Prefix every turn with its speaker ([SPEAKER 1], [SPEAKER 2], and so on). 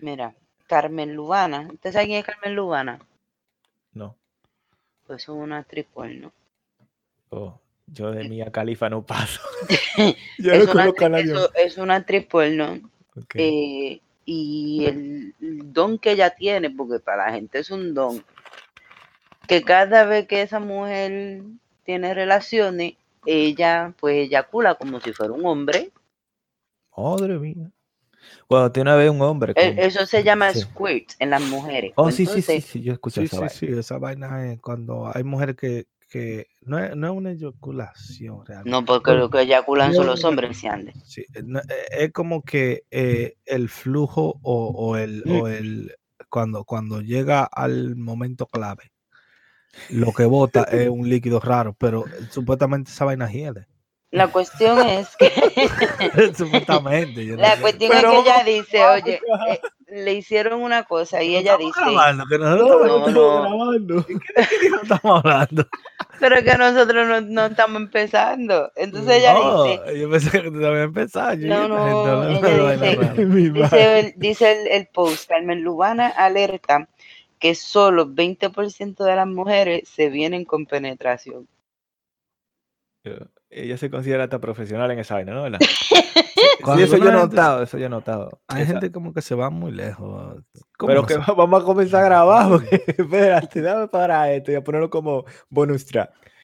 [SPEAKER 1] Mira, Carmen Lubana. ¿Usted sabe quién es Carmen Lubana?
[SPEAKER 2] No.
[SPEAKER 1] Pues es una actriz porno.
[SPEAKER 2] Oh, yo de Mía Califa no paso. yo
[SPEAKER 1] Es
[SPEAKER 2] no
[SPEAKER 1] una,
[SPEAKER 2] conozco a
[SPEAKER 1] actriz,
[SPEAKER 2] nadie.
[SPEAKER 1] eso- es una actriz porno.
[SPEAKER 2] Ok.
[SPEAKER 1] eh, y el don que ella tiene, porque para la gente es un don, que cada vez que esa mujer tiene relaciones, ella pues eyacula como si fuera un hombre.
[SPEAKER 2] Madre mía. Cuando tiene una vez un hombre.
[SPEAKER 1] E-
[SPEAKER 2] con-
[SPEAKER 1] Eso se llama
[SPEAKER 2] Sí.
[SPEAKER 1] squirt en las mujeres.
[SPEAKER 2] Oh, sí, sí, sí,
[SPEAKER 1] Entonces,
[SPEAKER 2] sí, yo escuché
[SPEAKER 3] Sí,
[SPEAKER 2] esa
[SPEAKER 3] sí,
[SPEAKER 2] vaina.
[SPEAKER 3] sí, esa vaina es cuando hay mujeres que, que no, es, no es una eyaculación realmente.
[SPEAKER 1] No, porque lo que eyaculan son los
[SPEAKER 3] No.
[SPEAKER 1] hombres, se ande.
[SPEAKER 3] Sí, no, eh, es como que eh, el flujo o, o el,
[SPEAKER 1] Mm.
[SPEAKER 3] o el cuando, cuando llega al momento clave, lo que bota es un líquido raro, pero eh, supuestamente esa vaina hiede.
[SPEAKER 1] La cuestión es que...
[SPEAKER 3] supuestamente. yo no
[SPEAKER 1] La
[SPEAKER 3] sé.
[SPEAKER 1] cuestión
[SPEAKER 2] Pero
[SPEAKER 1] es que ella
[SPEAKER 2] vamos,
[SPEAKER 1] dice,
[SPEAKER 2] vamos,
[SPEAKER 1] oye,
[SPEAKER 2] ajá.
[SPEAKER 1] eh, le hicieron una cosa y ella
[SPEAKER 3] Estamos
[SPEAKER 1] dice,
[SPEAKER 3] grabando, que nosotros
[SPEAKER 1] No,
[SPEAKER 3] estamos
[SPEAKER 1] no.
[SPEAKER 3] grabando. ¿Qué, qué dijo? estamos hablando?
[SPEAKER 1] pero que nosotros no, no estamos empezando. Entonces ella
[SPEAKER 3] Oh,
[SPEAKER 1] dice,
[SPEAKER 3] Yo pensé que tú también empezabas. yo,
[SPEAKER 1] No,
[SPEAKER 3] esta
[SPEAKER 1] no,
[SPEAKER 3] gente hablando
[SPEAKER 1] ella
[SPEAKER 3] de vaina
[SPEAKER 1] dice-
[SPEAKER 3] rara.
[SPEAKER 1] Dice el, dice el, el post, Carmen Lubana alerta que solo 20% de las mujeres se vienen con penetración.
[SPEAKER 2] Yo- Ella se considera hasta profesional en esa vaina, ¿no? ¿Verdad? Sí,
[SPEAKER 3] Cuando
[SPEAKER 2] eso yo he
[SPEAKER 3] una gente-
[SPEAKER 2] notado, eso yo he notado.
[SPEAKER 3] Hay
[SPEAKER 2] Esa-
[SPEAKER 3] gente como que se va muy lejos. ¿Cómo
[SPEAKER 2] Pero
[SPEAKER 3] no
[SPEAKER 2] que
[SPEAKER 3] se-
[SPEAKER 2] va- vamos a comenzar a grabar, porque espérate, dame para esto y a ponerlo como bonus track.